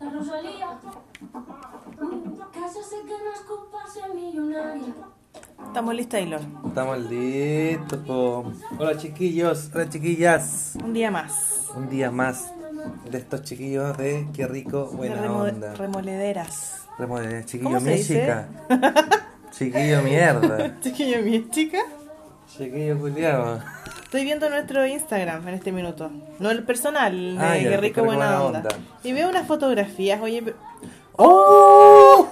Rosalía. Casarse que no es culpa ser millonaria. Estamos listos, Taylor. Estamos listos, po. Hola, chiquillos. Hola, chiquillas. Un día más. Un día más de estos chiquillos de Qué Rico Buena De remo- Onda. Remolederas. Remode- Chiquillo ¿Cómo se dice? México. Chiquillo mierda. Chiquillo, mi chica. Chiquillo culiado. Estoy viendo nuestro Instagram en este minuto. No el personal, Ah, de ya, Qué rico, buena onda. onda. Y veo unas fotografías, oye. pero- ¡Oh!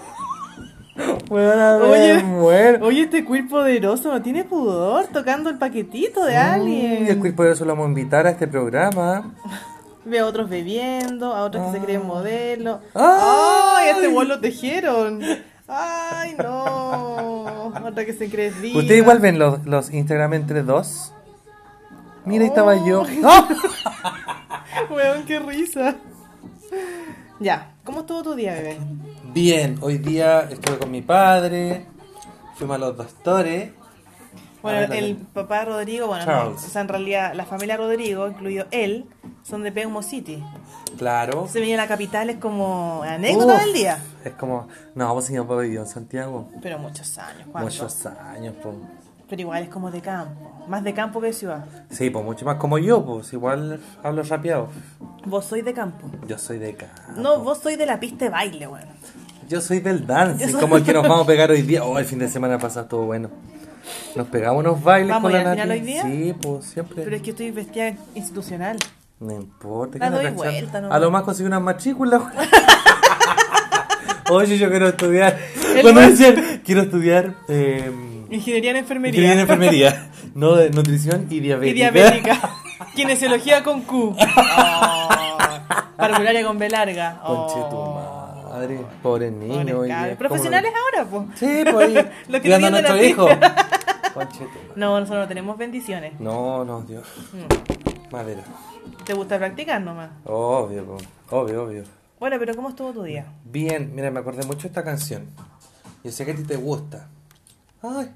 Bueno, Oye. me muero. Oye, este queer poderoso no tiene pudor tocando el paquetito de alguien. Y Mm, el cuerpo de eso lo vamos a invitar a este programa. Veo a otros bebiendo, a otros que se creen modelo. Ah. ¡Ay! ¡Ay! Este bol lo tejieron. ¡Ay, no! Otra que se cree diva. ¿Ustedes igual ven los, los Instagram entre dos? Mira, ahí Oh. estaba yo. ¡Ah! Weón, qué risa. Ya, ¿cómo estuvo tu día, bebé? Bien, hoy día estuve con mi padre. Fuimos a los doctores. Bueno, Ah, dale. el papá de Rodrigo, bueno, no, Charles. o sea, en realidad la familia Rodrigo, incluido él, son de Peumo City. Claro. Se venía a la capital, es como anécdota Uf, del día. Es como, no, vos señor papá vivió en Santiago Pero muchos años, ¿cuánto? muchos años, po. Pero igual es como de campo, más de campo que de ciudad. Sí, pues mucho más como yo, pues igual hablo rapeado. Vos sois de campo. Yo soy de acá. No, vos sois de la pista de baile, weón. Yo soy del dancing, como el que nos vamos a pegar hoy día. Oh, el fin de semana pasado estuvo bueno. Nos pegamos unos bailes Vamos, con ¿y la al final Nati. hoy día? Sí, pues siempre. Pero es que estoy vestida institucional. No importa, La que no doy cachar. vuelta, no. A lo más conseguí una matrícula. Oye, yo quiero estudiar. El Cuando man- decían, quiero estudiar. Eh, Ingeniería en enfermería. Ingeniería en enfermería, no de nutrición y diabética. Y diabética. Kinesiología con Q. Oh. Parvularia con B larga. Oh. Conche tu madre, pobre Pobres niño. oye, cabros. ¿cómo Oh. Profesionales lo- ahora, pues. Sí, pues. oye, Lo que cuidando a te nuestro dieron hijo. a ti. Conche tu madre. No, nosotros no tenemos bendiciones. No, no, Dios. Madera. ¿Te gusta practicar nomás? Obvio, po, obvio, obvio. Bueno, pero ¿cómo estuvo tu día? Bien, mira, me acordé mucho de esta canción. Yo sé que a ti te gusta. Ay.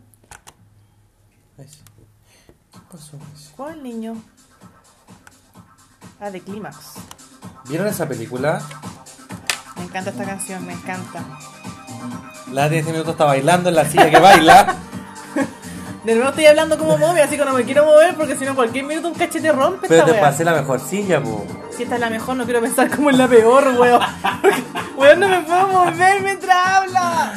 Ay, sí. ¿Qué pasó? ¿Cuál niño? Ah, de Clímax. ¿Vieron esa película? Me encanta esta canción, me encanta. La de 10 minutos está bailando en la silla que baila. De nuevo estoy hablando como móvil, así que no me quiero mover porque si no, en cualquier minuto un cachete rompe Pero esta te wea. pasé la mejor silla, po. Si esta es la mejor, no quiero pensar como es la peor, weón. Porque, Weón, no me puedo mover mientras habla.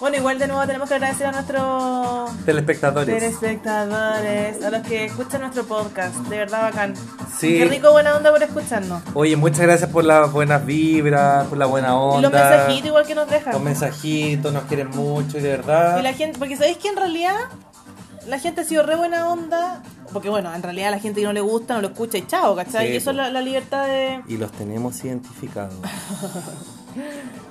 Bueno, igual de nuevo tenemos que agradecer a nuestros Telespectadores. telespectadores, a los que escuchan nuestro podcast. De verdad, bacán. Sí. Qué rico, buena onda por escucharnos. Oye, muchas gracias por las buenas vibras, por la buena onda. Y los mensajitos igual que nos dejan. Los mensajitos, nos quieren mucho, y de verdad. Y la gente, porque sabéis que en realidad la gente ha sido re buena onda. Porque bueno, en realidad a la gente que no le gusta no lo escucha y chao, ¿cachai? Sí, y eso es po. la, la libertad de. Y los tenemos identificados.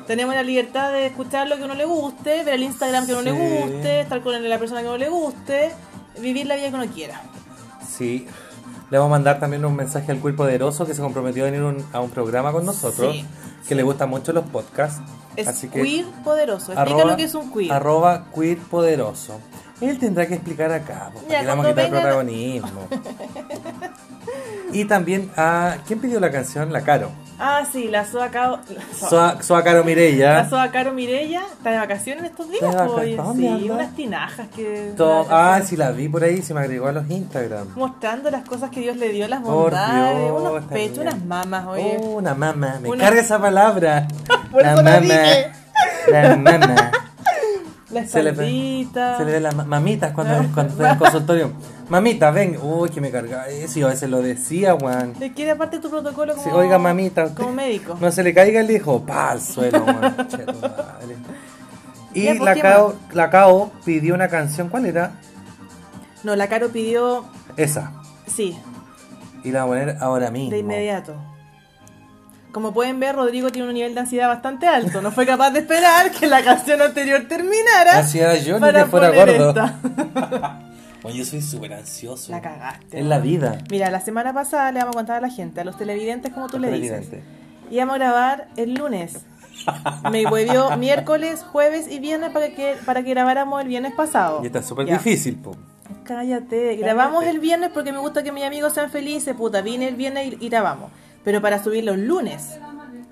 Tenemos la libertad de escuchar lo que uno le guste, ver el Instagram que no le Sí. guste, estar con la persona que no le guste, vivir la vida que uno quiera. Sí. Le vamos a mandar también un mensaje al cuerpo poderoso que se comprometió a venir un- a un programa con nosotros, Sí, que le gustan mucho los podcasts. Es Así que queer poderoso. Explica arroba- lo que es un queer. Arroba queer poderoso. Él tendrá que explicar acá, porque Ya, le vamos cuando a quitar venga- protagonismo. y también a... ¿Quién pidió la canción? La Caro. Ah, sí, la Soa Caro. La Soa, Soa, Soa Caro Mirella. la Soa Caro Mirella está de vacaciones estos días, Está de po, y- vacaciones, Sí, anda. unas tinajas que. To- ah, ah, sí, la vi por ahí, se me agregó a los Instagram. Mostrando las cosas que Dios le dio, las Por bondades, Dios, unos está pechos, bien. unas mamas, oye. Oh, una mamá, me Una- carga esa palabra. Por eso la dije. La mamá. la Se le, ve, espaldita. se le ve las ma- mamitas Ah. cuando, cuando estoy en el consultorio. Mamita, ven. Uy, que me carga eso. Yo a veces lo decía, Juan. Te quiere aparte tu protocolo como. oiga, mamita. usted- Como médico. No se le caiga el hijo. Pa, al suelo, Juan. Che, tu madre. Y Ya, pues, la ¿qué Cao, la Cao pidió una canción. ¿Cuál era? No, la Caro pidió. Esa. Sí, Y la voy a poner ahora mismo. De inmediato. Como pueden ver, Rodrigo tiene un nivel de ansiedad bastante alto. No fue capaz de esperar que la canción anterior terminara. Ansiedad Ah, yo, ni para que fuera poner gordo. esta. Oye, yo soy súper ansioso. La cagaste. Es la vida. Mira, la semana pasada le vamos a contar a la gente, a los televidentes, como tú le dices. Evidente. Íbamos a grabar el lunes. Me huevió miércoles, jueves y viernes para que, para que grabáramos el viernes pasado. Y está súper Oh, Ya. difícil, po. Cállate, grabamos el viernes porque me gusta que mis amigos sean felices, puta, vine el viernes y, y grabamos. Pero para subirlo el lunes,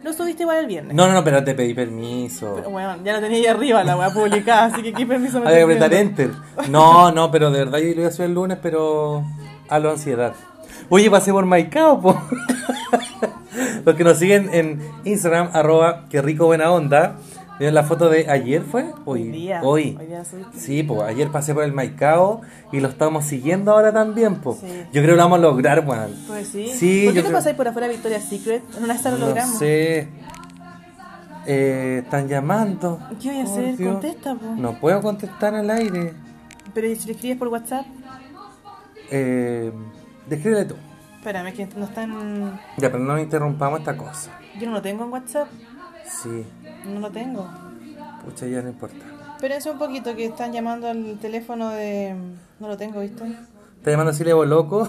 Lo subiste igual el viernes. No, no, no, pero te pedí permiso. Pero, weón, ya la tenía ahí arriba la weá publicada, así que qué permiso me Hay que estás apretar pidiendo? enter. No, no, pero de verdad yo lo iba a hacer el lunes, pero a lo ansiedad. Oye, pasé por Maicao, po. Los que nos siguen en Instagram, arroba, que rico buena onda. ¿Vieron la foto de ayer fue? Hoy. Hoy día. Hoy. Hoy día subiste. Sí, pues ayer pasé por el Maicao y lo estamos siguiendo ahora también, po. Sí. Yo creo que lo vamos a lograr, weón. Pues sí. Sí, ¿Por qué yo te creo- pasáis por afuera Victoria's Secret? En una de estas lo No logramos. sé. Eh, están llamando. ¿Qué voy a Por hacer? Dios. Contesta, po. No puedo contestar al aire. Pero si le escribes por WhatsApp, Eh, descríbele tú. espérame, que no están. Ya, pero no interrumpamos esta cosa. Yo no lo tengo en WhatsApp. Sí, No lo tengo. pucha, ya no importa. Espérense un poquito que están llamando al teléfono de. No lo tengo, ¿viste? Está llamando a Silebo Loco.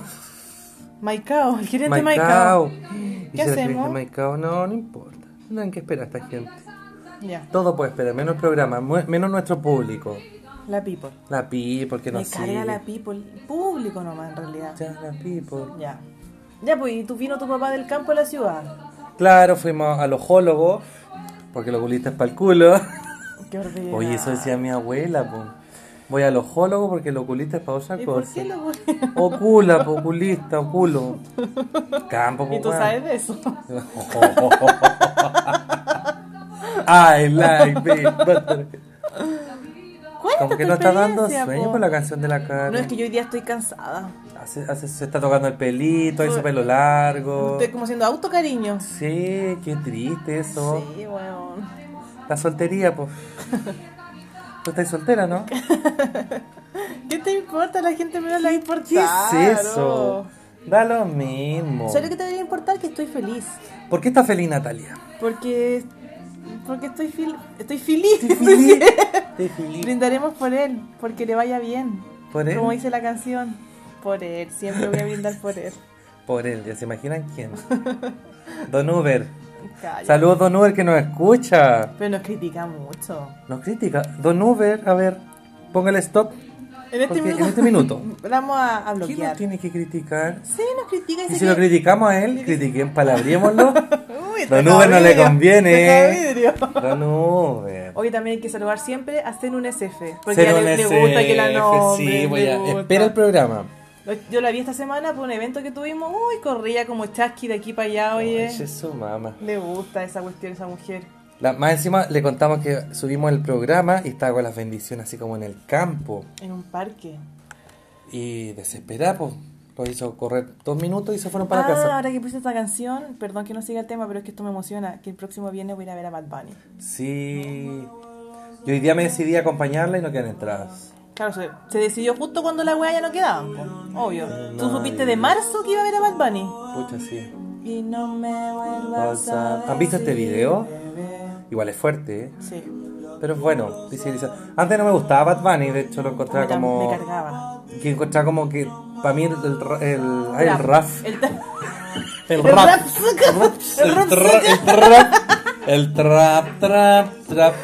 Maicao, el gerente Maicao. Maicao. ¿Qué ¿Y si le hacemos? escribiste Maicao? No, no importa. Tendrán que esperar a esta gente. Ya, Todo puede esperar, menos el programa, mu- menos nuestro público. la people. La pi, porque no Me sé. carga la people. Público nomás, en realidad. Ya, la pi, por- Ya. Ya, pues, ¿y tú vino tu papá del campo a la ciudad? Claro, fuimos al ojólogo, porque el oculista es para el culo. Qué ordinario. Oye, eso decía mi abuela, po. Voy al ojólogo porque el oculista es para otra ¿Y por cosa. qué lo Ocula, po, oculista, oculo. Campo, po, ¿Y tú weón. sabes de eso? I like beef butter. Como Cuéntate que tu no está dando experiencia, sueño po. por la canción de la cara. No, es que yo hoy día estoy cansada. Hace- hace- se está tocando el pelito, hay su Uy. pelo largo. Estoy como siendo auto cariño. Sí, qué triste eso. Sí, weón. La soltería, pues. Tú estás soltera, ¿no? ¿Qué te importa? La gente me la importa. ¿Qué es eso? Da lo mismo. oh. ¿Sabes lo que te debería importar? Que estoy feliz. ¿Por qué está feliz Natalia? Porque. Porque estoy, fil- estoy feliz. Estoy feliz. Brindaremos por él, porque le vaya bien. ¿Por él? Como dice la canción. Por él, siempre voy a brindar por él. Por él, ¿ya se imaginan quién? Don Uber. Calla. Saludos, Don Uber, que nos escucha. Pero nos critica mucho. Nos critica. Don Uber, a ver, póngale stop. En este Porque minuto. en este minuto. Vamos a, a ¿Quién nos bloquear. tiene que criticar? Sí, nos critica y Y dice si lo que- criticamos a él, critiquen, palabriémoslo. Uy, Don toca Uber no le vidrio, toca conviene. vidrio. Don Uber. Hoy también hay que saludar siempre a un SF. Porque Ser a un le, le gusta que la SF, nombre. Sí, voy a. Espera Espera el programa. Yo la vi esta semana por un evento que tuvimos. Uy, corría como chasqui de aquí para allá, oye. Ay, su mamá. Le gusta esa cuestión, esa mujer. La- más encima le contamos que subimos el programa y estaba con las bendiciones así como en el campo. En un parque. Y desesperada, pues, lo hizo correr dos minutos y se fueron para ah, casa. ahora que puse esta canción, perdón que no siga el tema, pero es que esto me emociona. Que el próximo viernes voy a ir a ver a Bad Bunny. Sí. Yo hoy día me decidí a acompañarla y no quedan entradas. Claro, se, se decidió justo cuando la weá ya no quedaba. po. Obvio. Tú Ay. supiste de marzo que iba a ver a Bad Bunny. Pucha, sí. Y no me vuelvas a ¿Han visto este decir, video? bebé. Igual es fuerte, ¿eh? Sí. Pero es bueno, visibiliza. Antes no me gustaba Bad Bunny, de hecho lo encontraba Me cam- como. Me cargaba. Que encontraba como que. Para mí el. el, ra- el, ay, el Rap. rap. El, ta- El el rap. rap suca. El rap tra- suca. el trap. El trap, trap, trap.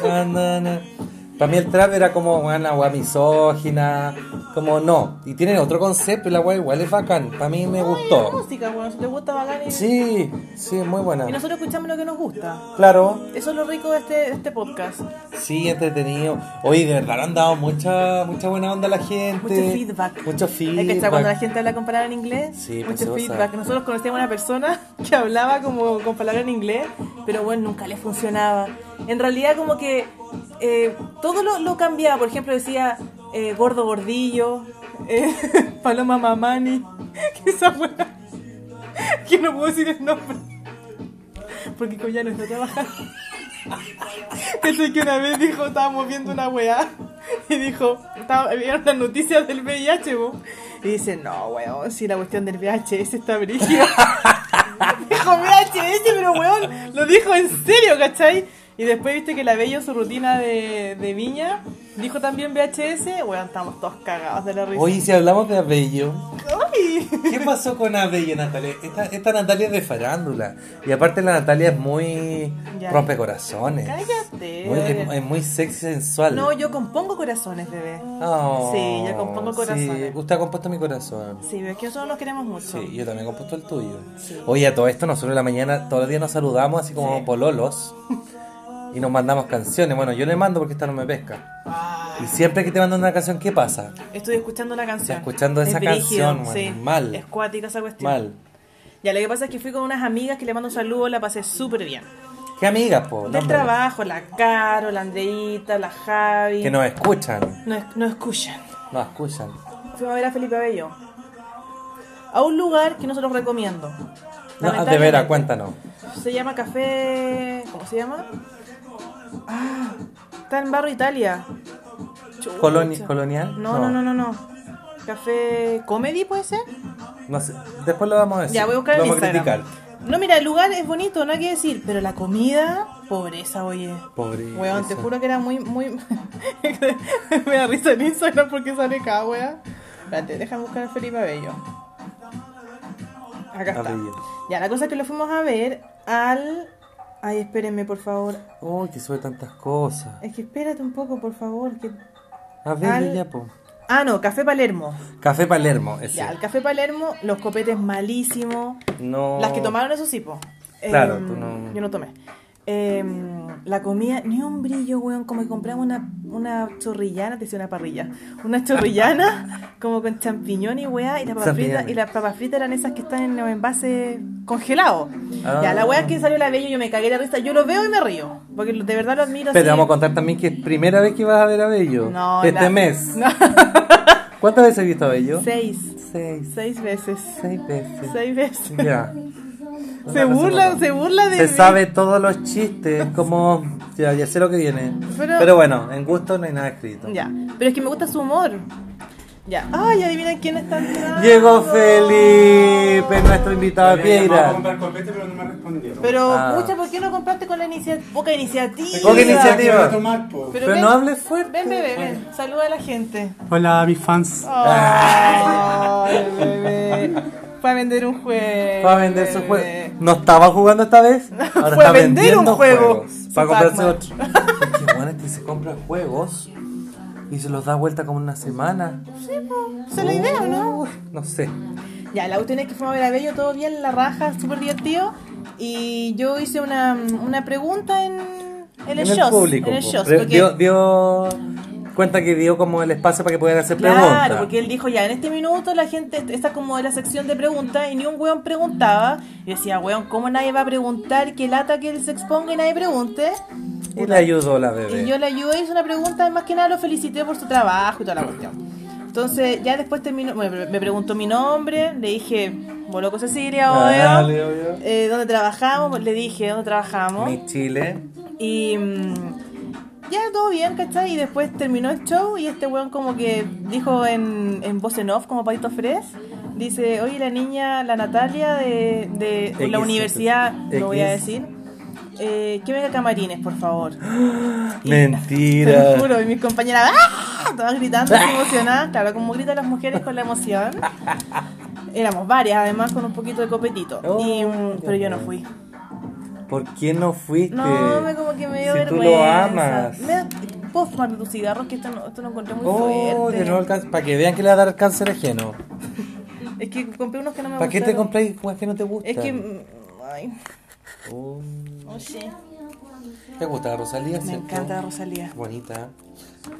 Para mí el trap era como una weá misógina. Como no. Y tiene otro concepto y la weá igual es bacán. Para mí me La gustó. música, bueno, si te gusta bacán. Y, Sí, sí, es muy y buena. nosotros escuchamos lo que nos gusta. Claro, Eso es lo rico de este, de este podcast. sí, entretenido. Oye, de verdad le han dado mucha, mucha buena onda a la gente. Mucho feedback. Mucho Es que está cuando la feedback. gente habla con palabras en inglés, Sí, pues, mucho se usa. feedback. Nosotros conocíamos a una persona que hablaba como con palabras en inglés, pero bueno, nunca le funcionaba. En realidad como que eh, todo lo, lo cambiaba. Por ejemplo, decía eh, gordo gordillo, eh, paloma mamani, que esa buena... que no puedo decir el nombre. Porque Collano está trabajando. Pensé que una vez dijo, estábamos viendo una weá. Y dijo, estaba, vieron las noticias del VIH, vos. Y dice, no, weón, si la cuestión del VIH está brígida. dijo VIH, pero weón, lo dijo en serio, ¿cachai? Y después viste que la veía en su rutina de, de viña. Dijo también VHS, weón, estamos todos cagados de la risa. Oye, si hablamos de Abello, Ay. ¿qué pasó con Abello, Natalia? Esta, esta Natalia es de farándula. Y aparte, la Natalia es muy Ya. rompecorazones. Cállate. Muy- es, es muy sexy y sensual. No, yo compongo corazones, bebé. Oh, Sí, yo compongo corazones. Sí, usted ha compuesto mi corazón. Sí, es que nosotros los queremos mucho. Sí, yo también he compuesto el tuyo. Oye, a todo esto, nosotros en la mañana todos los días nos saludamos así como Sí. pololos y nos mandamos canciones. Bueno, yo le mando porque esta no me pesca. Ah, Y siempre que te mandan una canción, ¿qué pasa? Estoy escuchando la canción. Estoy escuchando esa canción, weón, sí. mal. Es cuática esa cuestión. Mal. Ya, lo que pasa es que fui con unas amigas que le mando un saludo, la pasé súper bien. ¿Qué amigas, po? Del No, hombre, trabajo, la Caro, la Andreita, la Javi. Que nos escuchan. No es- no escuchan. Nos escuchan. Fuimos a ver a Felipe Abello. A un lugar que no se los recomiendo. No, Lamentablemente. Ah, de veras, cuéntanos. Se llama Café. ¿Cómo se llama? Ah, está en Barro Italia. Chucha. Coloni- ¿Colonial? No, no, no, no, no. Café Comedy puede ser. No sé. Después lo vamos a decir. Ya voy a buscar lo en vamos a Instagram. criticar. No, mira, el lugar es bonito, no hay que decir, pero la comida, pobreza, oye. Pobre. Weón, te juro que era muy, muy. Me da risa en Instagram porque sale cada wea. Espérate, déjame buscar a Felipe Abello. Acá está. Abello. Ya, la cosa es que lo fuimos a ver al. Ay, espérenme, por favor. Uy, que sube tantas cosas. Es que espérate un poco, por favor. que- A ver, Al- ya, po. Ah, no, Café Palermo. Café Palermo, ese. Ya, el Café Palermo, los copetes malísimos. No. Las que tomaron, eso sí, po. Claro, Em, tú no- Yo no tomé. Em, la comida, ni un brillo, weón. Como que compramos una, una chorrillana, te decía una parrilla. Una chorrillana, como con champiñón y weá. Y las papas Champiñones. fritas, y las papas fritas eran esas que están en los envases congelados. Ah. Ya, la weá es que salió la bello, yo me cagué la risa. Yo lo veo y me río. Porque lo- de verdad lo admiro. Pero así. vamos a contar también que es primera vez que vas a ver a Bello. No, Este la- mes. No. ¿Cuántas veces has visto a Bello? Seis. Seis. Seis veces. Seis veces. Seis veces. Ya. Se burla, se burla de Se mí. sabe todos los chistes, como. Ya, ya sé lo que viene. Pero- Pero, bueno, en gusto no hay nada escrito. Ya, pero es que me gusta su humor. Ya. Ay, adivina quién está entrando. Llegó Felipe, nuestro invitado de Había llamado a piedra. comprar copete, pero no me respondieron. Pero, Ah. pucha, ¿por qué no compraste con la inicia- poca iniciativa? Poca iniciativa. Quiero tomar, pues. po. Pero, Pero ven, no hables fuerte. Ven, bebé, ven. Saluda a la gente. Hola, mis fans. Ah. Ay, bebé. Fue a vender un juego. Para vender su juego. Eh. bebé. ¿No estaba jugando esta vez? Ahora Fue a está vender vendiendo un juego. juegos Su Para comprarse Pac-Man. otro. Es que bueno, este se compra juegos y se los da vuelta como una semana. ¿Se la idea o no? No sé. Ya, la cuestión es que fuimos a ver a Bello todo bien, la raja, súper divertido. Y yo hice una, una pregunta en, en el, show. público. En el po. show. Re- porque- dio, dio cuenta que dio como el espacio para que pudieran hacer Claro, preguntas. porque él dijo ya, en este minuto la gente está como en la sección de preguntas y ni un weón preguntaba. Y decía, weón, ¿cómo nadie va a preguntar? Que lata que él se exponga y nadie pregunte. Y le ayudó la bebé. Y yo le ayudé, hice una pregunta, más que nada lo felicité por su trabajo y toda la cuestión. Entonces, ya después terminó, bueno, me preguntó mi nombre, le dije, boloco Cecilia, Ah, obvio. Leo, obvio. Eh, ¿Dónde trabajamos? Le dije, ¿dónde trabajamos? Mi Chile. Y mm, ya todo bien, ¿cachai? Y después terminó el show y este weón como que dijo en, en voz en off, como Paito Fres, dice, oye, la niña, la Natalia de, de la X. universidad, lo voy a X. decir, eh, que venga a camarines, por favor. Te Mentira. lo juro, y mis compañeras, ¡ah! Todas gritando, así emocionadas, claro, como gritan las mujeres con la emoción. Éramos varias, además, con un poquito de copetito. Oh, Y, mm, qué pero yo no bueno. fui. ¿Por qué no fuiste? No, me como que me dio si vergüenza. tú lo amas. Me da- ¿Puedo fumar tus cigarros? Que esto, no, esto lo encontré muy Oh, fuerte. de nuevo el cáncer. Para que vean que le va a dar cáncer ajeno. Es que compré unos que no me ¿Para qué te este? gustaron. compráis cosas que no te gustan? Es que... mm, Ay, Oh. no sé. ¿Te gusta la Rosalía? Me cierto? encanta Rosalía. Bonita.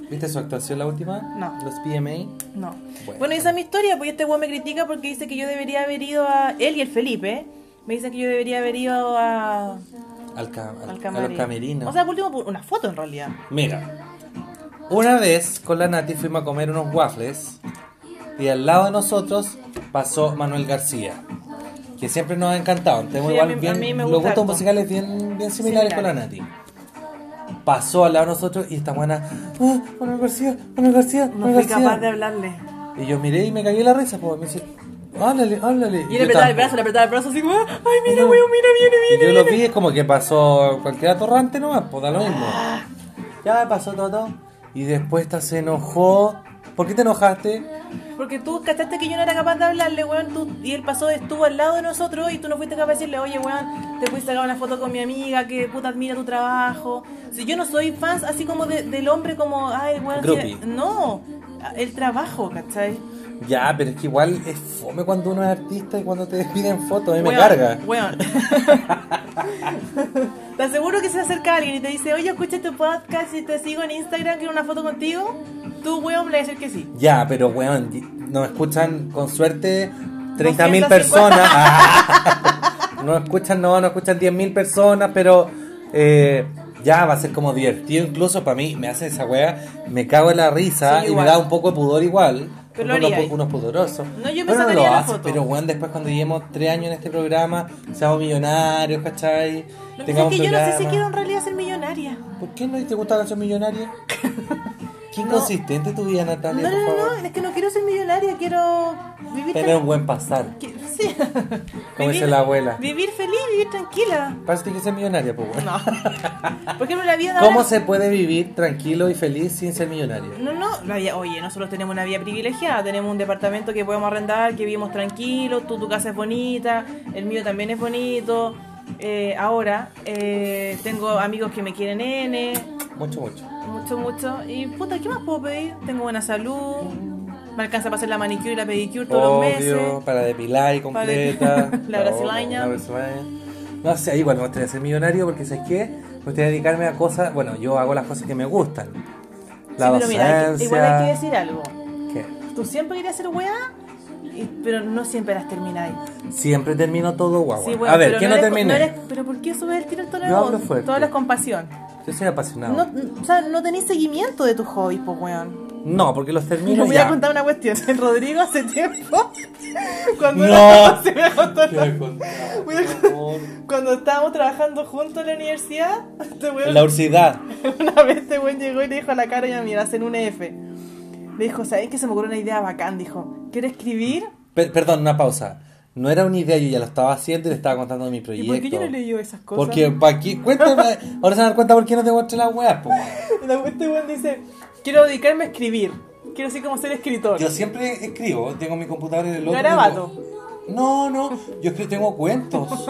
¿Viste su actuación la última? No. Los PMA. No. Bueno, Bueno. esa es mi historia, porque este weón me critica porque dice que yo debería haber ido a... Él y el Felipe. Me dicen que yo debería haber ido a... Al, ca- al- Al a camarín. los camerinos. O sea, por último, una foto en realidad. Mira, una vez con la Nati fuimos a comer unos waffles y al lado de nosotros pasó Manuel García, que siempre nos ha encantado. Tenemos Sí, a igual mí- bien, a mí me los gusta gustos harto. musicales bien, bien similares con la Nati. Pasó al lado de nosotros y esta buena, ¡Ah, Manuel García, Manuel García, No Manuel fui García. capaz de hablarle. Y yo miré y me caí la risa, pues me dice, háblale, háblale. Y yo le apretaba el tampoco. brazo, le apretaba el brazo así como... Ay, mira, weón, mira, viene, Y viene. yo lo vi es como que pasó cualquier atorrante nomás, pues da lo mismo. Ya pasó todo, todo. Y después esta se enojó. ¿Por qué te enojaste? Porque tú cachaste que yo no era capaz de hablarle, weón, tú- y él pasó, estuvo al lado de nosotros y tú no fuiste capaz de decirle, oye, weón, te fuiste a sacar una foto con mi amiga, que puta admira tu trabajo. Si yo no soy fan así como de- del hombre, como, ay, weón, Groupie. si- no, el trabajo, ¿cachai? Ya, pero es que igual es fome cuando uno es artista y cuando te piden fotos, a mí me Weón, carga. Weón. te aseguro que se acerca alguien y te dice, oye, escucha tu podcast y te sigo en Instagram, quiero una foto contigo, tú, weón, le vas a decir que sí. Ya, pero weón, di- nos escuchan con suerte 30.000 250. personas. Ah, no escuchan, no, no escuchan 10.000 personas, pero eh, ya va a ser como divertido incluso para mí. Me hace esa weá, me cago en la risa Sí, y me igual. da un poco de pudor igual. Pero lo uno, haría. uno es pudoroso. No, yo me Pero sacaría lo la hace, foto. Pero weón, después cuando lleguemos tres años en este programa, seamos millonarios, ¿cachai? Lo que pasa es que yo no sé si programa. quiero en realidad ser millonaria. ¿Por qué no te gusta la canción millonaria? Qué No. inconsistente tu vida, Natalia, No, no, por favor. no, no, es que no quiero ser millonaria, quiero vivir Tener un tranquila. buen pasar. Sí. Como dice la abuela. Vivir feliz, vivir tranquila. Parece que ser millonaria, pues bueno. No. Por ejemplo, la vida de ¿Cómo ahora- se puede vivir tranquilo y feliz sin ser millonario? No, no, la vida- oye, nosotros tenemos una vida privilegiada, tenemos un departamento que podemos arrendar, que vivimos tranquilos, tú, tu casa es bonita, el mío también es bonito. Eh, ahora, eh, tengo amigos que me quieren N, Mucho, mucho. mucho, mucho. Y puta, ¿qué más puedo pedir? Tengo buena salud, me alcanza para hacer la manicure y la pedicure todos los meses. Obvio, para depilar y completa. Para de- La Todo, brasileña. La brasileña. No sé, igual me gustaría ser millonario porque, ¿sabes qué? Me gustaría dedicarme a cosas. Bueno, yo hago las cosas que me gustan. La Sí, pero mira, hay que- docencia. igual hay que decir algo. ¿Qué? Tú siempre querías hacer weá, y- pero no siempre las termináis. Siempre termino todo guau. Sí, bueno, Ah, a ver, pero ¿qué no, eres- terminé? eres- pero ¿por qué subes el tiro al tono de Yo hablo voz? fuerte. Tú hablas con pasión. Yo soy apasionado. No, No, o sea, no tenés seguimiento de tus hobbies, pues, weón. porque los termino Les voy ya. a contar una cuestión. El Rodrigo hace tiempo, cuando, No. era- se me acostó- Te voy a contar, Voy a- por favor. cuando estábamos trabajando juntos en la universidad, este En weón la ursidad. Una vez este buen llegó y le dijo a la cara y a mí, hacen un F. Le dijo, ¿sabes qué? Se me ocurrió una idea bacán, dijo. ¿Quiero escribir? Per- perdón, una pausa. No era una idea, yo ya lo estaba haciendo y le estaba contando de mi ¿Y proyecto. por qué yo no he leído esas cosas? Porque pa' aquí, cuéntame, ahora se dan cuenta por qué no te muestro las weas, po. La- Este buen dice, quiero dedicarme a escribir. Quiero así como ser escritor. Yo siempre escribo, tengo mi computadora en el otro. Garabato. No, no, yo escribo, tengo cuentos.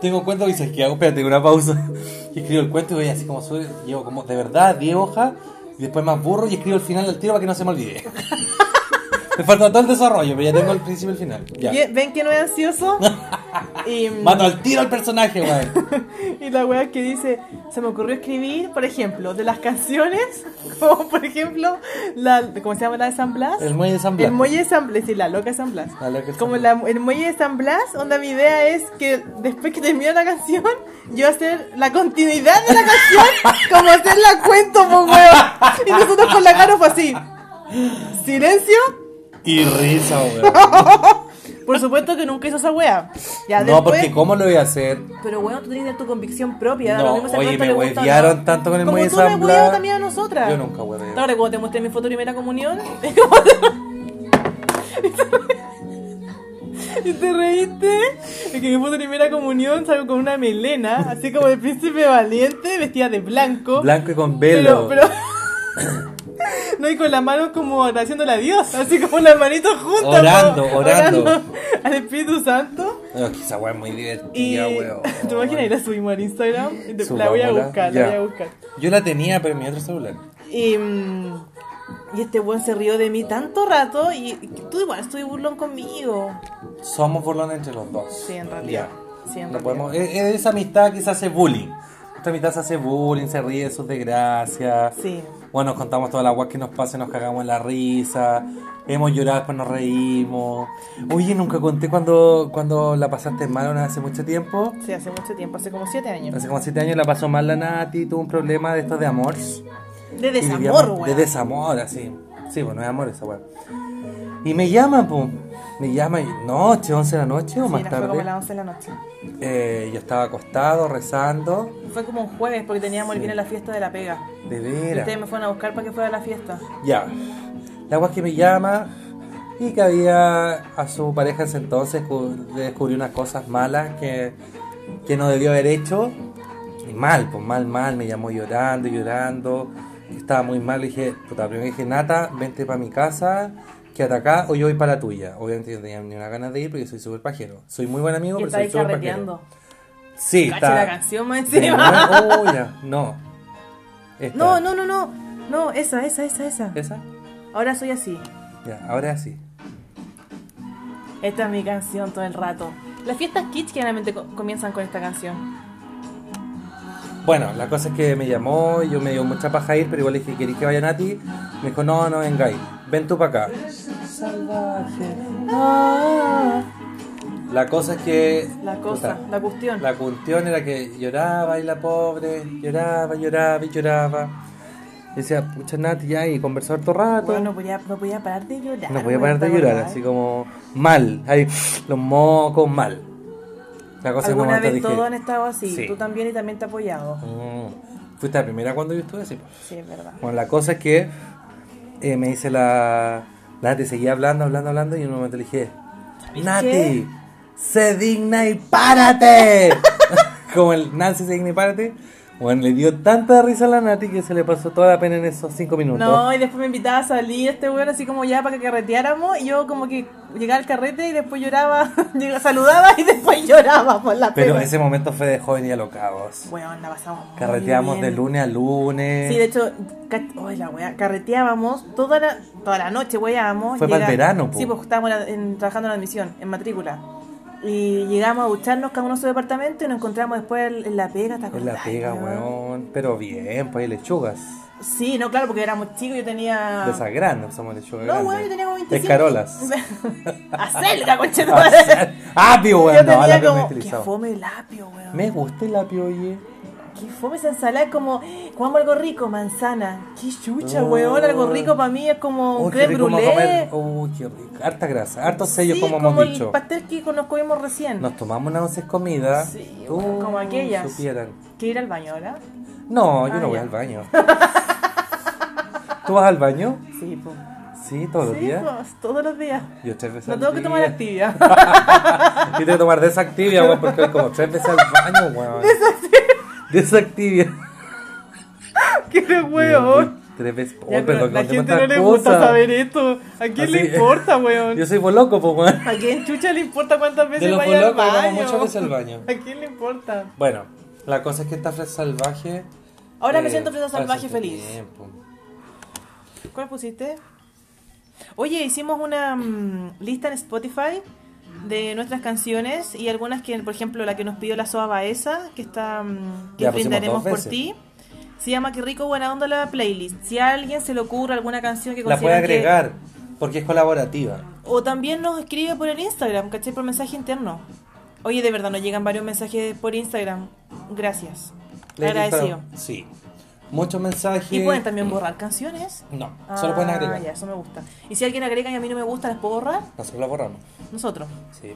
Tengo cuentos y dices, ¿qué hago? Espérate, una pausa. Y escribo el cuento y voy así como sube, llevo como, de verdad, 10 hojas, y después más burro y escribo el final del tiro para que no se me olvide. me falta todo el desarrollo, pero ya tengo el principio y el final. Ya. ¿Qué? ¿Ven que no es ansioso? y, Mato al tiro al personaje, weón. y la wea que dice, se me ocurrió escribir, por ejemplo, de las canciones, como por ejemplo, la, ¿cómo se llama la de San Blas? El muelle de San Blas. El muelle de San Blas, sí, la loca de San Blas. La loca de San Como Blas. la- el muelle de San Blas, onda mi idea es que después que termine la canción, yo hacer la continuidad de la canción, como hacer la cuento, po weón. Y nosotros con la cara fue así. Silencio. Y Ah. risa, weón. Por supuesto que nunca hizo esa wea. Ya, No, después- porque ¿cómo lo voy a hacer? Pero bueno, tú tienes que tener tu convicción propia. No, lo mismo si al oye, resto me le gusta o huevearon tanto con el Como muelle tú San me Blas. hueveas también a nosotras. Yo nunca hueveo. Ahora, cuando te mostré mi foto de primera comunión. ¿Y te reíste? Es que mi foto de primera comunión salgo con una melena, así como de príncipe valiente, vestida de blanco. Blanco y con Pero, velo. pero. No, y con las manos como agradeciéndole a Dios, así como las manitos juntas. como Orando, orando. Al Espíritu Santo. No, que esa weá Oh, es muy Y divertida, weón. te imaginas, y la subimos al Instagram. y te- la Subámosla, voy a buscar, ya. la voy a buscar. Yo la tenía, pero en mi otro celular. Y, mm, y este buen se rió de mí tanto rato. Y y tú igual estuve burlón conmigo. Somos burlones entre los dos. Sí, en realidad. Ya. Sí, en No realidad. podemos- es, es esa amistad que se hace bullying. Esta amistad se hace bullying, se ríe de sus desgracias. Sí. Bueno, nos contamos todas las guas que nos pasan, nos cagamos en la risa. Hemos llorado, después nos reímos. Oye, nunca conté cuando, cuando la pasaste mal una vez hace mucho tiempo. Sí, hace mucho tiempo, hace como siete años. Hace como siete años la pasó mal la Nati, tuvo un problema de estos de amor. De De desamor, De weón. desamor, así. Sí, bueno, es amor esa weá. Y me llama, pum. Me llama y noche, 11 de la noche o Sí, más no, fue como a tarde. las 11 de la noche. Eh, yo estaba acostado, rezando. Fue como un jueves porque teníamos el Sí. viernes la fiesta de la pega. De Y veras. ustedes me fueron a buscar para que fuera a la fiesta. Ya. La agua que me llama y que había a su pareja en ese entonces cu- le descubrió unas cosas malas que, que no debió haber hecho. Y mal, pues mal, mal. Me llamó llorando, llorando. estaba muy mal, le dije, puta, primero dije, Nata, vente para mi casa, que acá o yo voy para la tuya. Obviamente yo no tenía ni una ganas de ir porque soy súper pajero. Soy muy buen amigo, que pero está soy ahí súper carreteando. pajero. Sí, Cacha la está. canción más Sí, encima. ¿no? Oh, ya, no. Esta. No, no, no, no. No, esa, esa, esa, esa. ¿Esa? Ahora soy así. Ya, ahora sí. Esta es mi canción todo el rato. Las fiestas kids generalmente co- comienzan con esta canción. Bueno, la cosa es que me llamó y yo me dio mucha paja ir, pero igual le dije, ¿querés que vayan a ti? Me dijo, no, no vengáis, ven tú para acá. La cosa es que... La cosa, puta, la cuestión. La cuestión era que lloraba y la pobre, lloraba, lloraba y lloraba. Y decía, pucha Nati, ya, y conversó harto rato. Bueno, no podía, no podía parar de llorar. no podía parar de ¿te llorar, acordás? así como mal, ahí, los mocos mal. La cosa es que en un Alguna vez momento este dije, todos han estado así. Sí. Tú también y también te he apoyado. "Mm, fuiste la primera cuando yo estuve así. pues". Sí, es verdad. Bueno, la cosa es que eh, me dice la. La Nati seguía hablando, hablando, hablando, y en un momento le dije: Nati, qué? sé digna y párate. Como el Nancy se digna y párate. Bueno, le dio tanta risa a la Nati que se le pasó toda la pena en esos cinco minutos. No, y después me invitaba a salir este weón así como ya para que carreteáramos y yo como que llegaba al carrete y después lloraba, llegaba- saludaba y después lloraba por la Pero pena. ese momento fue de joven y alocados. Weón, la pasamos muy Carreteamos bien. de lunes a lunes. Sí, de hecho, ca- ay, la wea, carreteábamos toda la, toda la noche, weábamos. Fue pa'l Llega- verano, po. Sí, pues estábamos en la- en- trabajando en la admisión, en matrícula. Y llegamos a ducharnos cada uno a su departamento y nos encontramos después en en la pega. ¿te En la acordás, pega, weón. Pero bien, pues hay lechugas. Sí, no, claro, porque éramos chicos, yo tenía... De esas grandes, somos lechugas. No, grandes. weón, yo tenía como 25. Escarolas. Acelga, Ah, conchetumare. Apio, Yo weón. No, tenía apio como, me qué fome el apio, weón. Me gusta el apio, oye. Qué fome esa ensalada, es como, ¡eh! comamos algo rico, manzana. Qué chucha, Oh. weón, algo rico para mí es como un Uy, qué creme rico vamos a comer. brûlée. Uy, qué rico. Harta grasa, hartos sellos, Sí, como, como hemos el dicho. pastel que nos comimos recién. Nos tomamos unas once comidas. Sí, Uy, weón, como aquellas. supieran. Que ir al baño ahora? No, yo Ah, no voy ya. al baño. ¿Tú vas al baño? Sí, pues. Sí, todos los Sí, días. pues, todos los días. Yo tres veces No al tengo que tomar día. actividad. Ah, Y tengo que tomar desactivia, weón, porque voy como tres veces al baño, weón. Desactivia. Qué re weón. Tres veces. Oh, Ya, pero perdón, la conté gente no tantas le gusta cosas. saber esto. ¿A quién le Así- importa, weón? Yo soy boloco, pues, weón. ¿A quién chucha le importa cuántas veces los vaya al polacos vamos baño? muchas veces al baño. ¿A quién le importa? Bueno, la cosa es que esta fresa salvaje. Ahora me eh, siento fresa hace salvaje este feliz. tiempo. ¿Cuál pusiste? Oye, hicimos una mm, lista en Spotify de nuestras canciones y algunas que, por ejemplo, la que nos pidió la Soa Baeza, que está mm, que Ya, pusimos brindaremos dos por veces. ti. Se llama Qué rico buena onda la playlist. Si a alguien se le ocurre alguna canción que La puede considera que- agregar porque es colaborativa. O también nos escribe por el Instagram, ¿cachai? Por mensaje interno. Oye, de verdad, nos llegan varios mensajes por Instagram. Gracias. Le Agradecido. gusta- Sí. Muchos mensajes. Y pueden también borrar canciones. No, solo pueden Ah, agregar. ya, eso me gusta. Y si alguien agrega y a mí no me gusta, ¿las puedo borrar? Nosotros la borramos. Nosotros. Sí.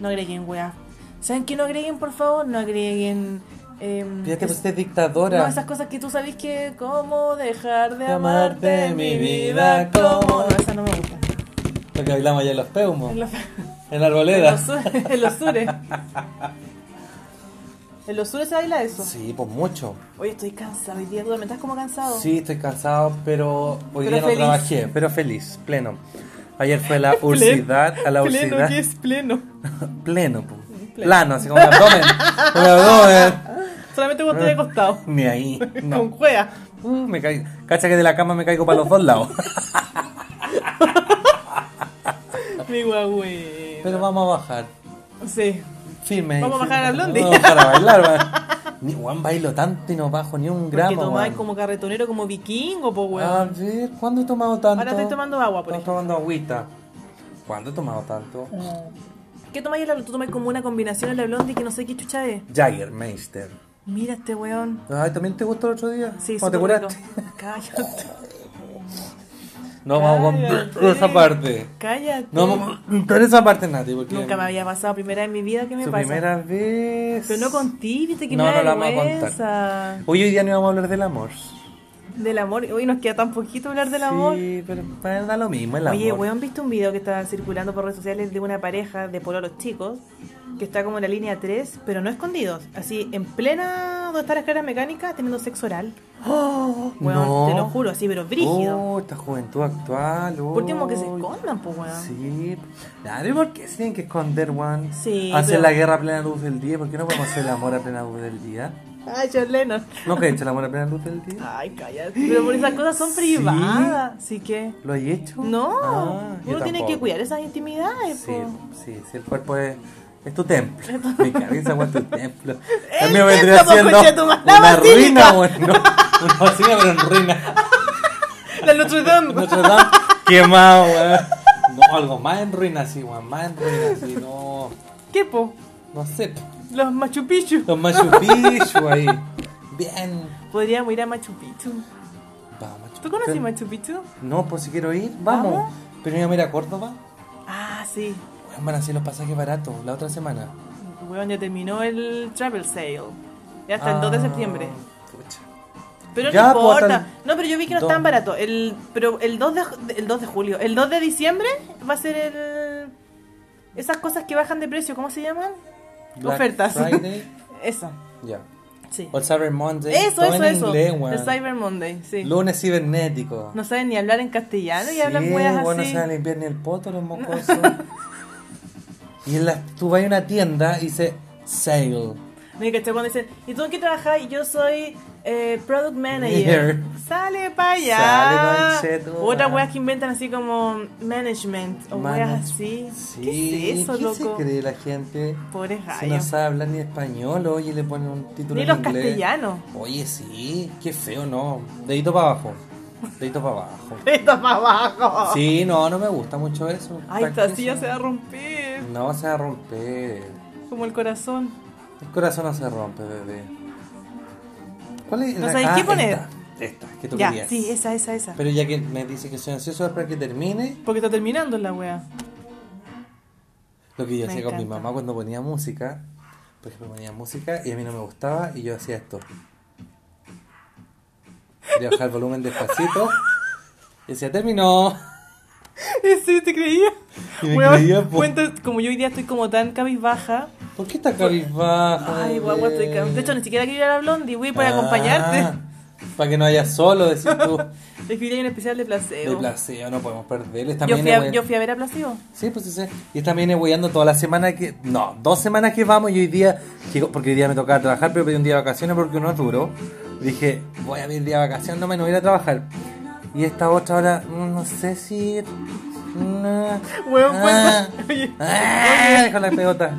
No agreguen, weá. ¿Saben qué no agreguen, por favor? No agreguen. em, Ya te es- pusiste no, pues, dictadora. esas cosas que tú sabes que. ¿Cómo dejar de De amarte, amarte, mi mi vida? vida, ¿Cómo? cómo- No, esa no me gusta. Lo que bailamos allá en los peumos. En En, los, la en arboleda. los sures. En los sures. En los sures se baila eso. Sí, pues mucho. Oye, estoy cansado. Hoy día tú también estás como cansado. Sí, estoy cansado, pero hoy Pero día no feliz. trabajé, pero feliz, pleno. Ayer fue la ursidad, a la ursidad. Pleno, ¿qué es pleno? Pleno, po. plano, así como el abdomen. el abdomen. Solamente cuando estoy acostado. Ni ahí. Con No. cuea. Uh, me caigo. Cacha que de la cama me caigo para los dos lados. Mi guagüe. Pero vamos a bajar. Sí. Firme. Vamos a firme. bajar a Blondie. Vamos a bajar a bailar, weón. Ni Juan bailo tanto y no bajo ni un Porque gramo. tomáis weón. como carretonero, como vikingo, po, weón. A ver, ¿cuándo he tomado tanto? Ahora estoy tomando agua, por Estoy ejemplo. Ah. tomando agüita. ¿Cuándo he tomado tanto? ¿Qué tomáis el Tú tomáis como una combinación en la blondie que no sé qué chucha es. Jagger, Meister. Mira este weón. Ay, ¿también te gustó el otro día? Sí, ¿Cómo Oh, te súper rico. curaste? Cállate. No, vamos con Cállate. esa parte. Cállate. No, vamos con esa parte, Nati, porque... Nunca me había pasado. Primera vez en mi vida que me Su pasa. primera vez. Pero no contigo, viste que No, me da no la vamos a vergüenza. Hoy hoy día no vamos a hablar del amor. Del amor. Hoy nos queda tan poquito hablar del amor. Sí, pero para él da lo mismo el amor. Oye, weón, ¿viste un video que estaba circulando por redes sociales de una pareja de pololos chicos que está como en la línea 3, pero no escondidos? Así, en plena donde está la escalera mecánica, teniendo sexo oral. Oh, Weón, no. te lo juro, así, pero brígido. Oh, esta juventud actual. por último, que se uy. escondan, pues, weón. Sí, claro, ¿y por qué se tienen que esconder, Juan? Sí, Hacer pero- la guerra a plena luz del día, ¿por qué no podemos hacer el amor a plena luz del día? Ay, John Lennon. ¿No que he hecho el amor a plena luz del día? Ay, cállate. Pero por esas cosas son privadas. Así que. ¿Lo he hecho? No, Ah, yo uno tiene tampoco. que cuidar esas intimidades, Sí, po. sí, sí, el cuerpo es, es tu templo. Me cabeza, Juan, tu templo. El El mío vendría templo, pues, siendo concha tu madre, la una basílica. ruina, Juan. No, una basílica, pero en ruina. La Notre Dame. Notre Dame quemado, weón. No, algo más en ruina, sí, Juan, más en ruina, sí, no. ¿Qué, po? No sé, po. Los Machu Picchu. los Machu Picchu ahí. Bien. Podríamos ir a Machu Picchu. Vamos, Machu ¿Tú conoces Picchu. Machu Picchu? No, pues si quiero ir, vamos. ¿Vamos? Primero ir a Córdoba. Ah, sí. Weón, Van a hacer los pasajes baratos la otra semana. Weón, ya terminó el travel sale. Ya hasta el Ah, 2 de septiembre. pucha. Pero Ya, no pues, hasta importa. No, pero yo vi que no es dos. tan barato. El, pero el 2, de, el 2 de julio. El 2 de diciembre va a ser el. Esas cosas que bajan de precio, ¿cómo se llaman? Black Ofertas. Friday. Esa, Ya. sí. O el Cyber Monday. Eso, Todo eso, en eso. inglés, weón. el Cyber Monday, sí. Lunes cibernético. No saben ni hablar en castellano y hablan Sí, weas weón, así. no saben limpiar ni el poto los mocosos. y en la, tú vas a una tienda y dice sale. Me caché cuando dicen, ¿y tú en qué trabajas? Y yo soy eh, Product Manager. Manager. Sale para allá. Sale, conchetumare. Otras weas que inventan así como management o Oh, weas Manage- así. Sí, ¿Qué es eso, ¿qué loco? se cree la gente? Pobres Si gallos. no sabe hablar ni español, oye, le ponen un título Ni en los inglés. castellanos. Oye, sí, qué feo, no. Dedito para abajo. Dedito para abajo. Está para abajo. Sí, no, no me gusta mucho eso. Ay, esta Practice. silla se va a romper. No se va a romper. Como el corazón. El corazón no se rompe, bebé. ¿Cuál es No la- sabéis ah, qué poner. Esta, esta, que tú Ya, querías. sí, esa, esa, esa. Pero ya que me dice que soy ansioso es para que termine, Porque está terminando la wea. lo que yo Me hacía con mi encanta. mamá cuando ponía música, por ejemplo, ponía música y a mí no me gustaba y yo hacía esto. Le bajaba el volumen despacito y decía, terminó. Sí, te creía. Y me Weón, creía, po. cuenta- como yo hoy día estoy como tan cabizbaja. ¿Por qué está cabizbajo? Ay, guagua, estoy cab- De hecho, ni siquiera quería ir a la Blondie, güey, para Ah. acompañarte. Para que no haya solo, decís tú. Es que hoy día hay un especial de placebo. De placeo, no podemos perder. Esta yo, fui mina, a, weón. yo fui a ver a placebo. Sí, pues sí, sí. Y esta viene hueando toda la semana que. No, dos semanas que vamos y hoy día. que- Porque hoy día me tocaba trabajar, pero pedí un día de vacaciones porque uno es duro. Dije, voy a pedir día de vacaciones, no me no voy a ir a trabajar. Y esta otra hora, mm, no sé si. ir. No. Weón, Ah. cuenta- oye. Ah, Con la pelota.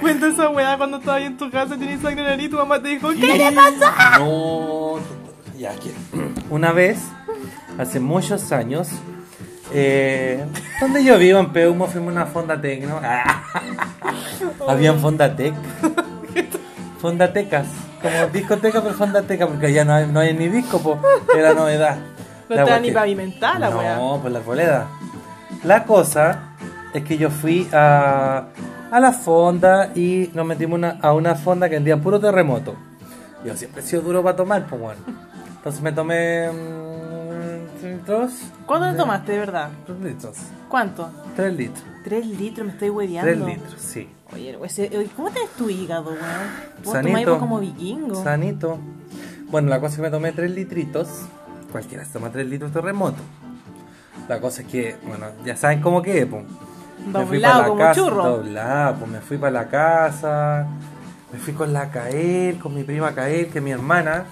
Cuenta esa weá cuando estaba ahí en tu casa, tienes sangre en la nariz, tu mamá te dijo, ¿qué le pasa? No, ya que una vez, hace muchos años, eh, donde yo vivo en Peumo, fuimos a una fondatec, ¿no? Habían fondatec. Fondatecas, como discoteca, pero fondateca, porque allá no hay, no hay ni disco, po, era novedad. No La estaba ni cuestión- pavimentada la weá. No, pues la arboleda. La cosa es que yo fui a, a la fonda y nos metimos una- a una fonda que vendía puro terremoto. Yo siempre he sido duro para tomar, pues bueno. Entonces me tomé. mm, tres litros. ¿Cuánto te De- tomaste, de verdad? Tres litros. ¿Cuánto? Tres litros. Tres litros, me estoy hueveando. Tres litros, sí. Oye, ese- oye, ¿cómo tenés tu hígado, weón? Vos tomáis Sanito. vos como vikingo. Sanito. Bueno, la cosa es que me tomé 3 litritos. Cualquiera se toma 3 litros de terremoto. La cosa es que, bueno, ya saben cómo que, pues. Doblado como casa. churro. Doblado, pues me fui para la casa. Me fui con la Kael, con mi prima Kael, que es mi hermana.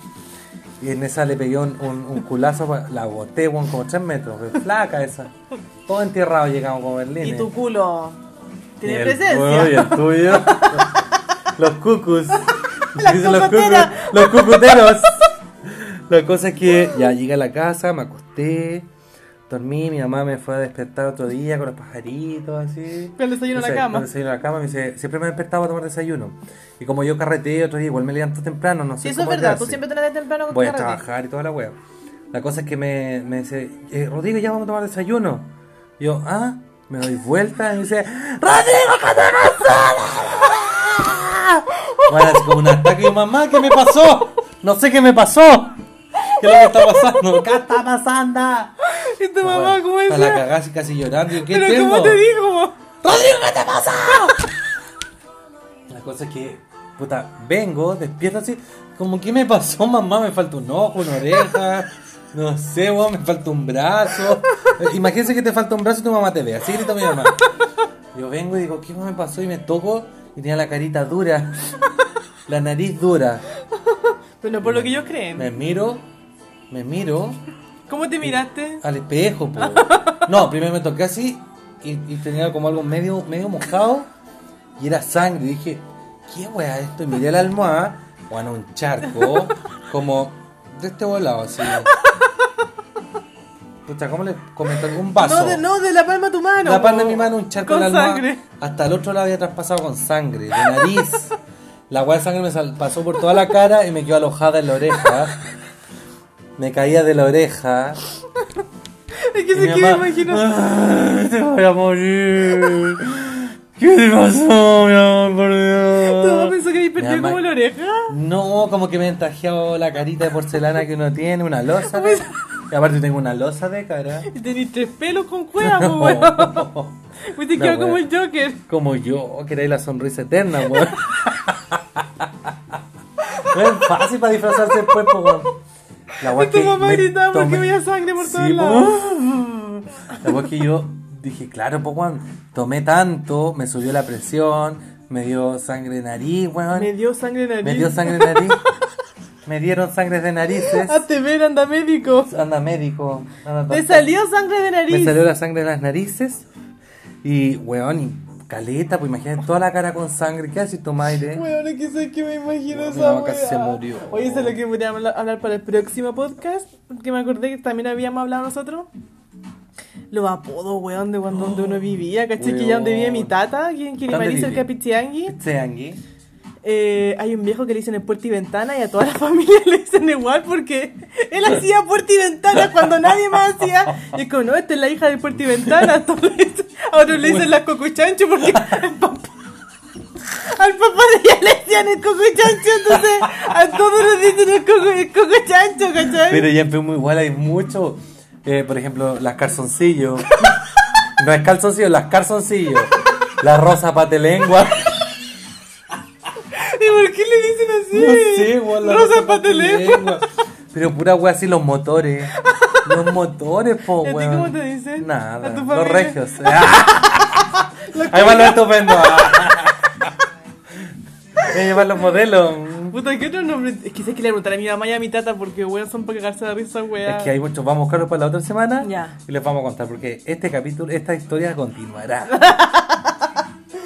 Y en esa le pegué un, un- un culazo, pa- la boté, weón, como 3 metros. de Flaca esa. Todo entierrado llegamos con Berlín. Y tu culo Y tiene el presencia. tuyo, y el tuyo. los cucus. Las Dicen los, cucoteras. cucu- los cucuteros. La cosa es que ya llegué a la casa, me acosté, dormí, mi mamá me fue a despertar otro día con los pajaritos, así. Con el desayuno en la Dice, cama. con el desayuno en la cama, me dice, siempre me despertaba a tomar desayuno. Y como yo carreteé otro día, igual me levanto temprano, no sé Sí, eso es cómo verdad. pues Tú hacerse. siempre te levantas temprano con Voy a carrete. trabajar y toda la wea. La cosa es que me, me dice, eh, Rodrigo, ya vamos a tomar desayuno. Y yo, ah, me doy vuelta y me dice, ¡Rodrigo, que te Bueno, es como un ataque, yo, mamá, ¿qué me pasó? No sé qué me pasó. ¿Qué es lo que está pasando? ¿Qué está pasando? Y tu mamá, ¿cómo Está la decía? cagada así casi llorando. ¿Qué Pero tengo? ¿cómo te dijo? ¡Rodrigo, qué te pasa! La cosa es que, puta, vengo, despierto así, como que me pasó, mamá, me falta un ojo, una oreja, no sé, weón, me falta un brazo. Eh, Imagínense que te falta un brazo y tu mamá te ve, así grita mi mamá. Yo vengo y digo, ¿qué weón me pasó? Y me toco y tenía la carita dura, la nariz dura. Bueno, por lo que ellos creen. Me miro, me miro ¿Cómo te miraste? al espejo, po. No, primero me toqué así y, y tenía como algo medio, medio mojado y era sangre. Y dije, ¿qué weá es esto? Y miré la almohada, bueno, un charco, como de este volado así. Puta, ¿cómo le comentó algún vaso? No de, no, de la palma de tu mano. La palma de po. mi mano, un charco Con de la almohada. sangre. Hasta el otro lado había traspasado con sangre, de nariz. La guay de sangre me sal- pasó por toda la cara y me quedó alojada en la oreja. Me caía de la oreja. Es que Y se mi que me mamá, imagino. "Ah, Te voy a morir. ¿Qué te pasó, mi amor? Por Dios?" Tu mamá pensó que había Mi perdido mamá- como la oreja. No, como que me han tajeado la carita de porcelana que uno tiene, una losa. de- Y aparte tengo una losa de cara. Y tenés tres pelos con cueva, po, weón. No. Y te No, quedó como weón. el Joker. Como yo, que era la sonrisa eterna, weón. No es fácil para disfrazarse después, po, weón. La weá Y tu que mamá me gritaba porque tomé- veía sangre por Sí, todos po. lados. La weá que yo dije, claro, po, weón. Tomé tanto, me subió la presión, me dio sangre de nariz, weón. Me Me, dio sangre en la nariz. dio sangre de nariz. me dieron sangre de narices. Hazte ver, anda médico. Anda médico. Anda Te doctor. salió sangre de nariz. Me salió la sangre de las narices. Y, weón, y caleta, pues imagínate toda la cara con sangre. ¿Qué haces? Toma aire. Weón, es que sé que me imagino Weón, mi esa mamá casi weá. se murió. Oye, eso es lo que podríamos habla- hablar para el próximo podcast. Que me acordé que también habíamos hablado nosotros. Los apodos, weón, de cuando donde uno vivía. ¿Cachai? Que ya donde vive mi Weón. tata, aquí en Kirimari, ¿Dónde cerca de vive? Pichiangui. Pizzangui. Eh, hay un viejo que le dicen el puerta y ventana y a toda la familia le dicen igual porque él hacía puerta y ventana cuando nadie más hacía. Y es como, no, esta es la hija del puerta y ventana. Entonces, ahora le dicen las cocuchancho porque al papá, al papá de ella le decían el cocuchancho. Entonces, a todos les dicen el, coco, el cocuchancho, ¿cachai? Pero ya fue muy igual, hay mucho. eh, por ejemplo, las calzoncillos. no es calzoncillo, las calzoncillos. La rosa patelengua. ¿Y por qué le dicen No así? sé, weón, la Rosa Patelengua. Pero pura wea así los motores. Los motores, ¿Y po, a ti weón. cómo te dicen? Nada. ¿A tu Los familia? regios. Ahí van los estupendos. Ahí van los modelos. Puta, ¿qué otro nombre? Es que sé que le preguntaré a mi mamá y a mi tata porque, weón, son para cagarse de risa, weón. Es que hay muchos. Vamos a buscarlos para la otra semana. Ya. Y les vamos a contar porque este capítulo, esta historia continuará.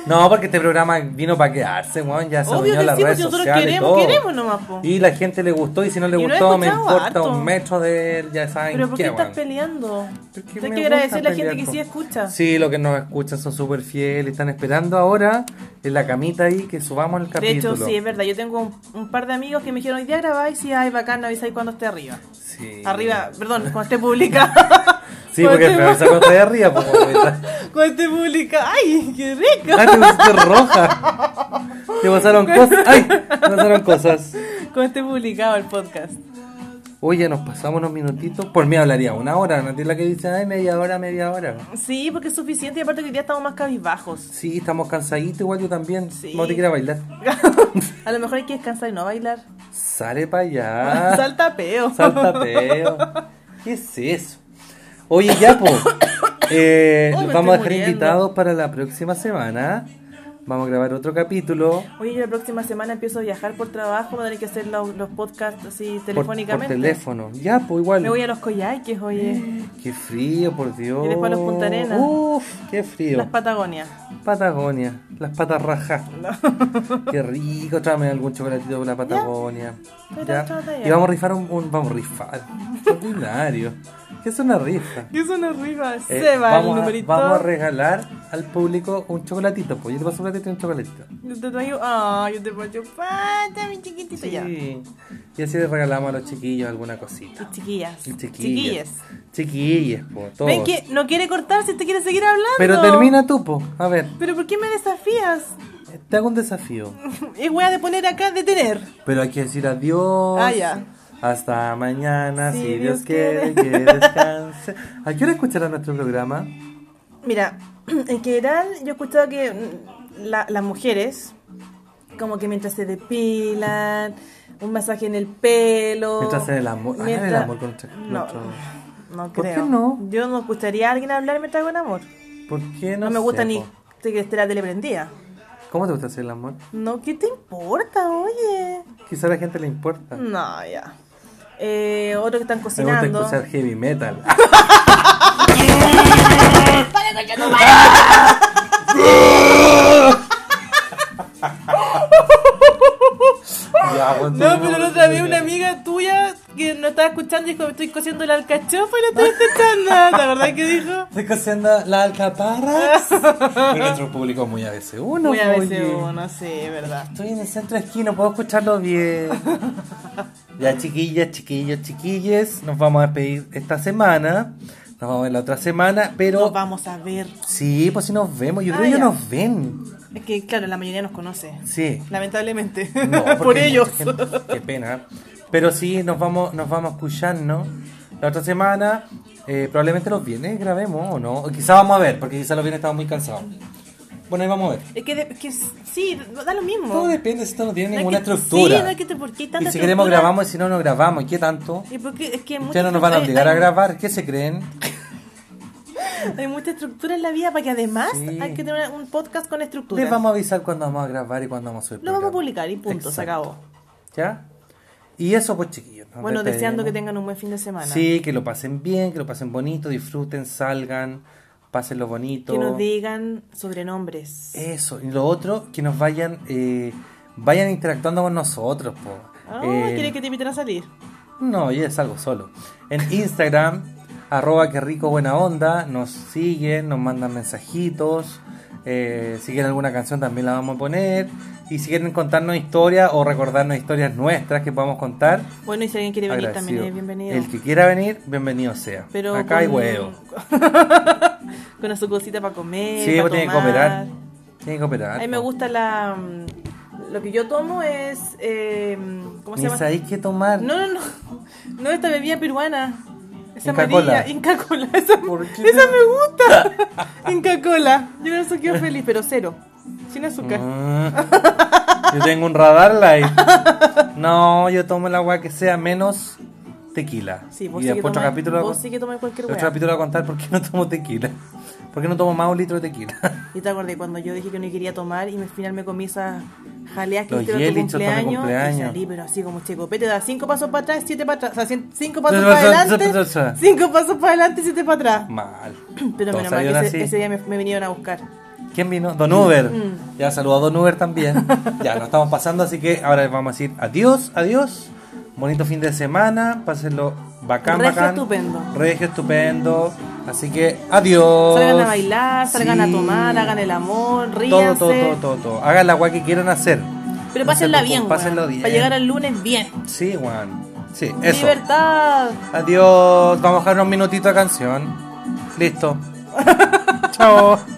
No, porque este programa vino para quedarse, weón. Ya se Obvio unió que a las sí, redes porque nosotros sociales. queremos- todo. queremos nomás, po. Y la gente le gustó y si no le Y no he gustó, me escuchado importa harto. un metro de él, ya saben Pero ¿por qué qué, estás weón. peleando? Porque Hay me que gusta agradecer a la gente pelear que con- sí escucha. Sí, los que nos escuchan son súper fieles. Están esperando ahora en la camita ahí que subamos el De capítulo. hecho, sí, es verdad. Yo tengo un, un par de amigos que me dijeron, hoy día grabáis y ay, bacán, avisáis cuando esté arriba. Sí. Arriba, perdón, cuando esté publicada. Sí, porque me cuando esté, avisa cuando estoy arriba. po, ahorita. cuando esté publicada. ¡Ay, qué rico! Ah, te pusiste roja. Te pasaron cosas. Ay, te pasaron cosas. Cuando esté publicado el podcast. Oye, nos pasamos unos minutitos. Por mí hablaría una hora. No es la que dice, ay, media hora, media hora. Sí, porque es suficiente y aparte que hoy día estamos más cabizbajos. Sí, estamos cansaditos, igual yo también. Sí. No te quiero bailar. a lo mejor hay que descansar y no bailar. Sale para allá. Salta peo. Saltateo. ¿Qué es eso? Oye, ya, po. Eh, Uy, Oh, me los vamos a estoy dejar muriendo. invitados para la próxima semana. Vamos a grabar otro capítulo. Oye, yo la próxima semana empiezo a viajar por trabajo, voy a tener que hacer los, los podcasts así por- Por, telefónicamente. teléfono. Ya, pues igual. Me voy a los coyhaiques, oye, Qué frío, por Dios. Y después los Punta Arenas. Uf, qué frío. las Patagonias. Patagonia. Las patas rajas. Qué rico. Tráeme algún chocolatito con la Patagonia. Pero Ya. trata ya. Y vamos a rifar un. un- vamos a rifar. Ordinario. ¿Qué es una rifa? ¿Qué son arriba? Eh, Se va el vamos, a, numerito. vamos a regalar al público un chocolatito. Pues yo te paso un platito y un chocolatito. Yo te traigo, ah, yo te traigo pata, mi chiquitita. Ya. Sí. Y así le regalamos a los chiquillos alguna cosita. Y chiquillas. Y Chiquillas. Chiquillas. Chiquillas, po, todos. Ven que no quiere cortarse, te quiere seguir hablando. Pero termina tú, po. A ver, ¿Pero por qué me desafías? te hago un desafío. Es weá de poner acá, detener. Pero hay que decir adiós. Ah, ya. Hasta mañana, Si si, Dios Dios quiere, quiere. que descanse. ¿A qué hora escucharán nuestro programa? Mira, en general yo he escuchado que mm, la- las mujeres, como que mientras se depilan, un masaje en el pelo. Mientras hacen el amor- hagan el amor con nuestra- No, nuestro- no ¿Por qué creo. no? Yo no gustaría a alguien hablar mientras hago el amor. ¿Por qué no No, me gusta sé, ni po? que esté la tele prendida. ¿Cómo te gusta hacer el amor? No, ¿qué te importa, oye? Quizá a la gente le importa. Me No, ya. Eh, otro que están gusta cocinando. escuchar heavy metal. Ya, No, pero la no otra vez una amiga tuya que no estaba escuchando dijo, estoy cociendo la alcachofa y no estoy escuchando. ¿Te verdad que dijo? Estoy cociendo la alcaparra. pero nuestro público es muy a veces uno. Muy a veces oye. uno, sí, es verdad. Estoy en el centro de esquí, no puedo escucharlo bien. ya, chiquillas, chiquillos, chiquilles, nos vamos a despedir esta semana. Nos vamos a ver la otra semana, pero. Nos vamos a ver. Sí, pues si nos vemos. Yo creo Ah, que ellos ya. nos ven. Es que, claro, la mayoría nos conoce. Sí. Lamentablemente. No, porque Por hay ellos. mucha gente. Qué pena. Pero sí, nos vamos, nos vamos a escuchar, ¿no? La otra semana, eh, probablemente los viernes grabemos o no. O quizá vamos a ver, porque quizá los viernes estamos muy cansados. Bueno, ahí vamos a ver. Es que, de- que sí, da lo mismo. Todo depende, si esto no tiene No es ninguna que- estructura. Sí, no es que te, ¿por qué hay y si tanta queremos estructura? grabamos y si no, no grabamos. ¿Y qué tanto? Y porque es que hay mucha Ustedes no nos van a estructura- obligar a hay- grabar. ¿Qué se creen? Hay mucha estructura en la vida para que además Sí. hay que tener un podcast con estructura. Les vamos a avisar cuándo vamos a grabar y cuándo vamos a subir. Lo vamos a programa. publicar y punto, se Exacto. acabó. ¿Ya? Y eso pues chiquillos. nos Bueno, deseando que despedimos. tengan un buen fin de semana. Sí, que lo pasen bien, que lo pasen bonito, disfruten, salgan, pasen lo bonito. Que nos digan sobrenombres. Eso, y lo otro, que nos vayan eh, vayan interactuando con nosotros. Po. Ah, Eh, ¿Quieres que te inviten a salir? No, yo salgo solo. En Instagram, arroba que rico buena onda, nos siguen, nos mandan mensajitos. eh, si quieren alguna canción también la vamos a poner. Y si quieren contarnos historias o recordarnos historias nuestras que podamos contar, Bueno, y si alguien quiere venir agradecido. también es bienvenido. El que quiera venir, bienvenido sea. Pero Acá hay con- huevo. Con su cosita para comer. Sí, para pues tienen que tomar. cooperar. Tienen que cooperar. A mí me gusta la. mm, Lo que yo tomo es. eh, ¿Cómo se Ni llama? sabéis qué tomar. No, no, no. No, esta bebida peruana. Esa Inca amarilla, Kola. Inca Cola. Esa, ¿Por qué esa te- me gusta. Inca Cola. Yo con eso quedo feliz, pero cero. Sin azúcar. Ah, yo tengo un radar light. No, yo tomo el agua que sea menos tequila. Sí, vos y sí que después otro tomáis- capítulo, vos sí que tomáis cualquier otro hueá. capítulo a contar por qué no tomo tequila. ¿Por qué no tomo más un litro de tequila? Y te acordé cuando yo dije que no quería tomar y al final me comí esas jaleas que Los hicieron en tu hielitos para cumpleaños, Y mi cumpleaños. salí, pero así como este copete, da cinco pasos para atrás, siete para atrás. O sea, cien- cinco pasos Dos, para dos, dos, dos, adelante, dos. cinco pasos para adelante y siete para atrás. Mal. Pero Mm. Todos menos mal que salieron ese, así. ese día me, me vinieron a buscar. ¿Quién vino? Don Uber. Mm. Ya saludó a Don Uber también. ya nos estamos pasando, así que ahora les vamos a decir adiós, adiós. Bonito fin de semana. Pásenlo bacán, Regio bacán. estupendo. Regio estupendo. Así que adiós. Salgan a bailar, salgan Sí. a tomar, hagan el amor, Todo, ríanse. todo, todo, todo, todo. Hagan la guay que quieran hacer. Pero No se pásenla preocupen, bien, weón, Pásenlo bien. Para llegar al lunes bien. Sí, Juan. Sí, eso. Libertad. Adiós. Vamos a dejar un minutito de canción. Listo. Chao.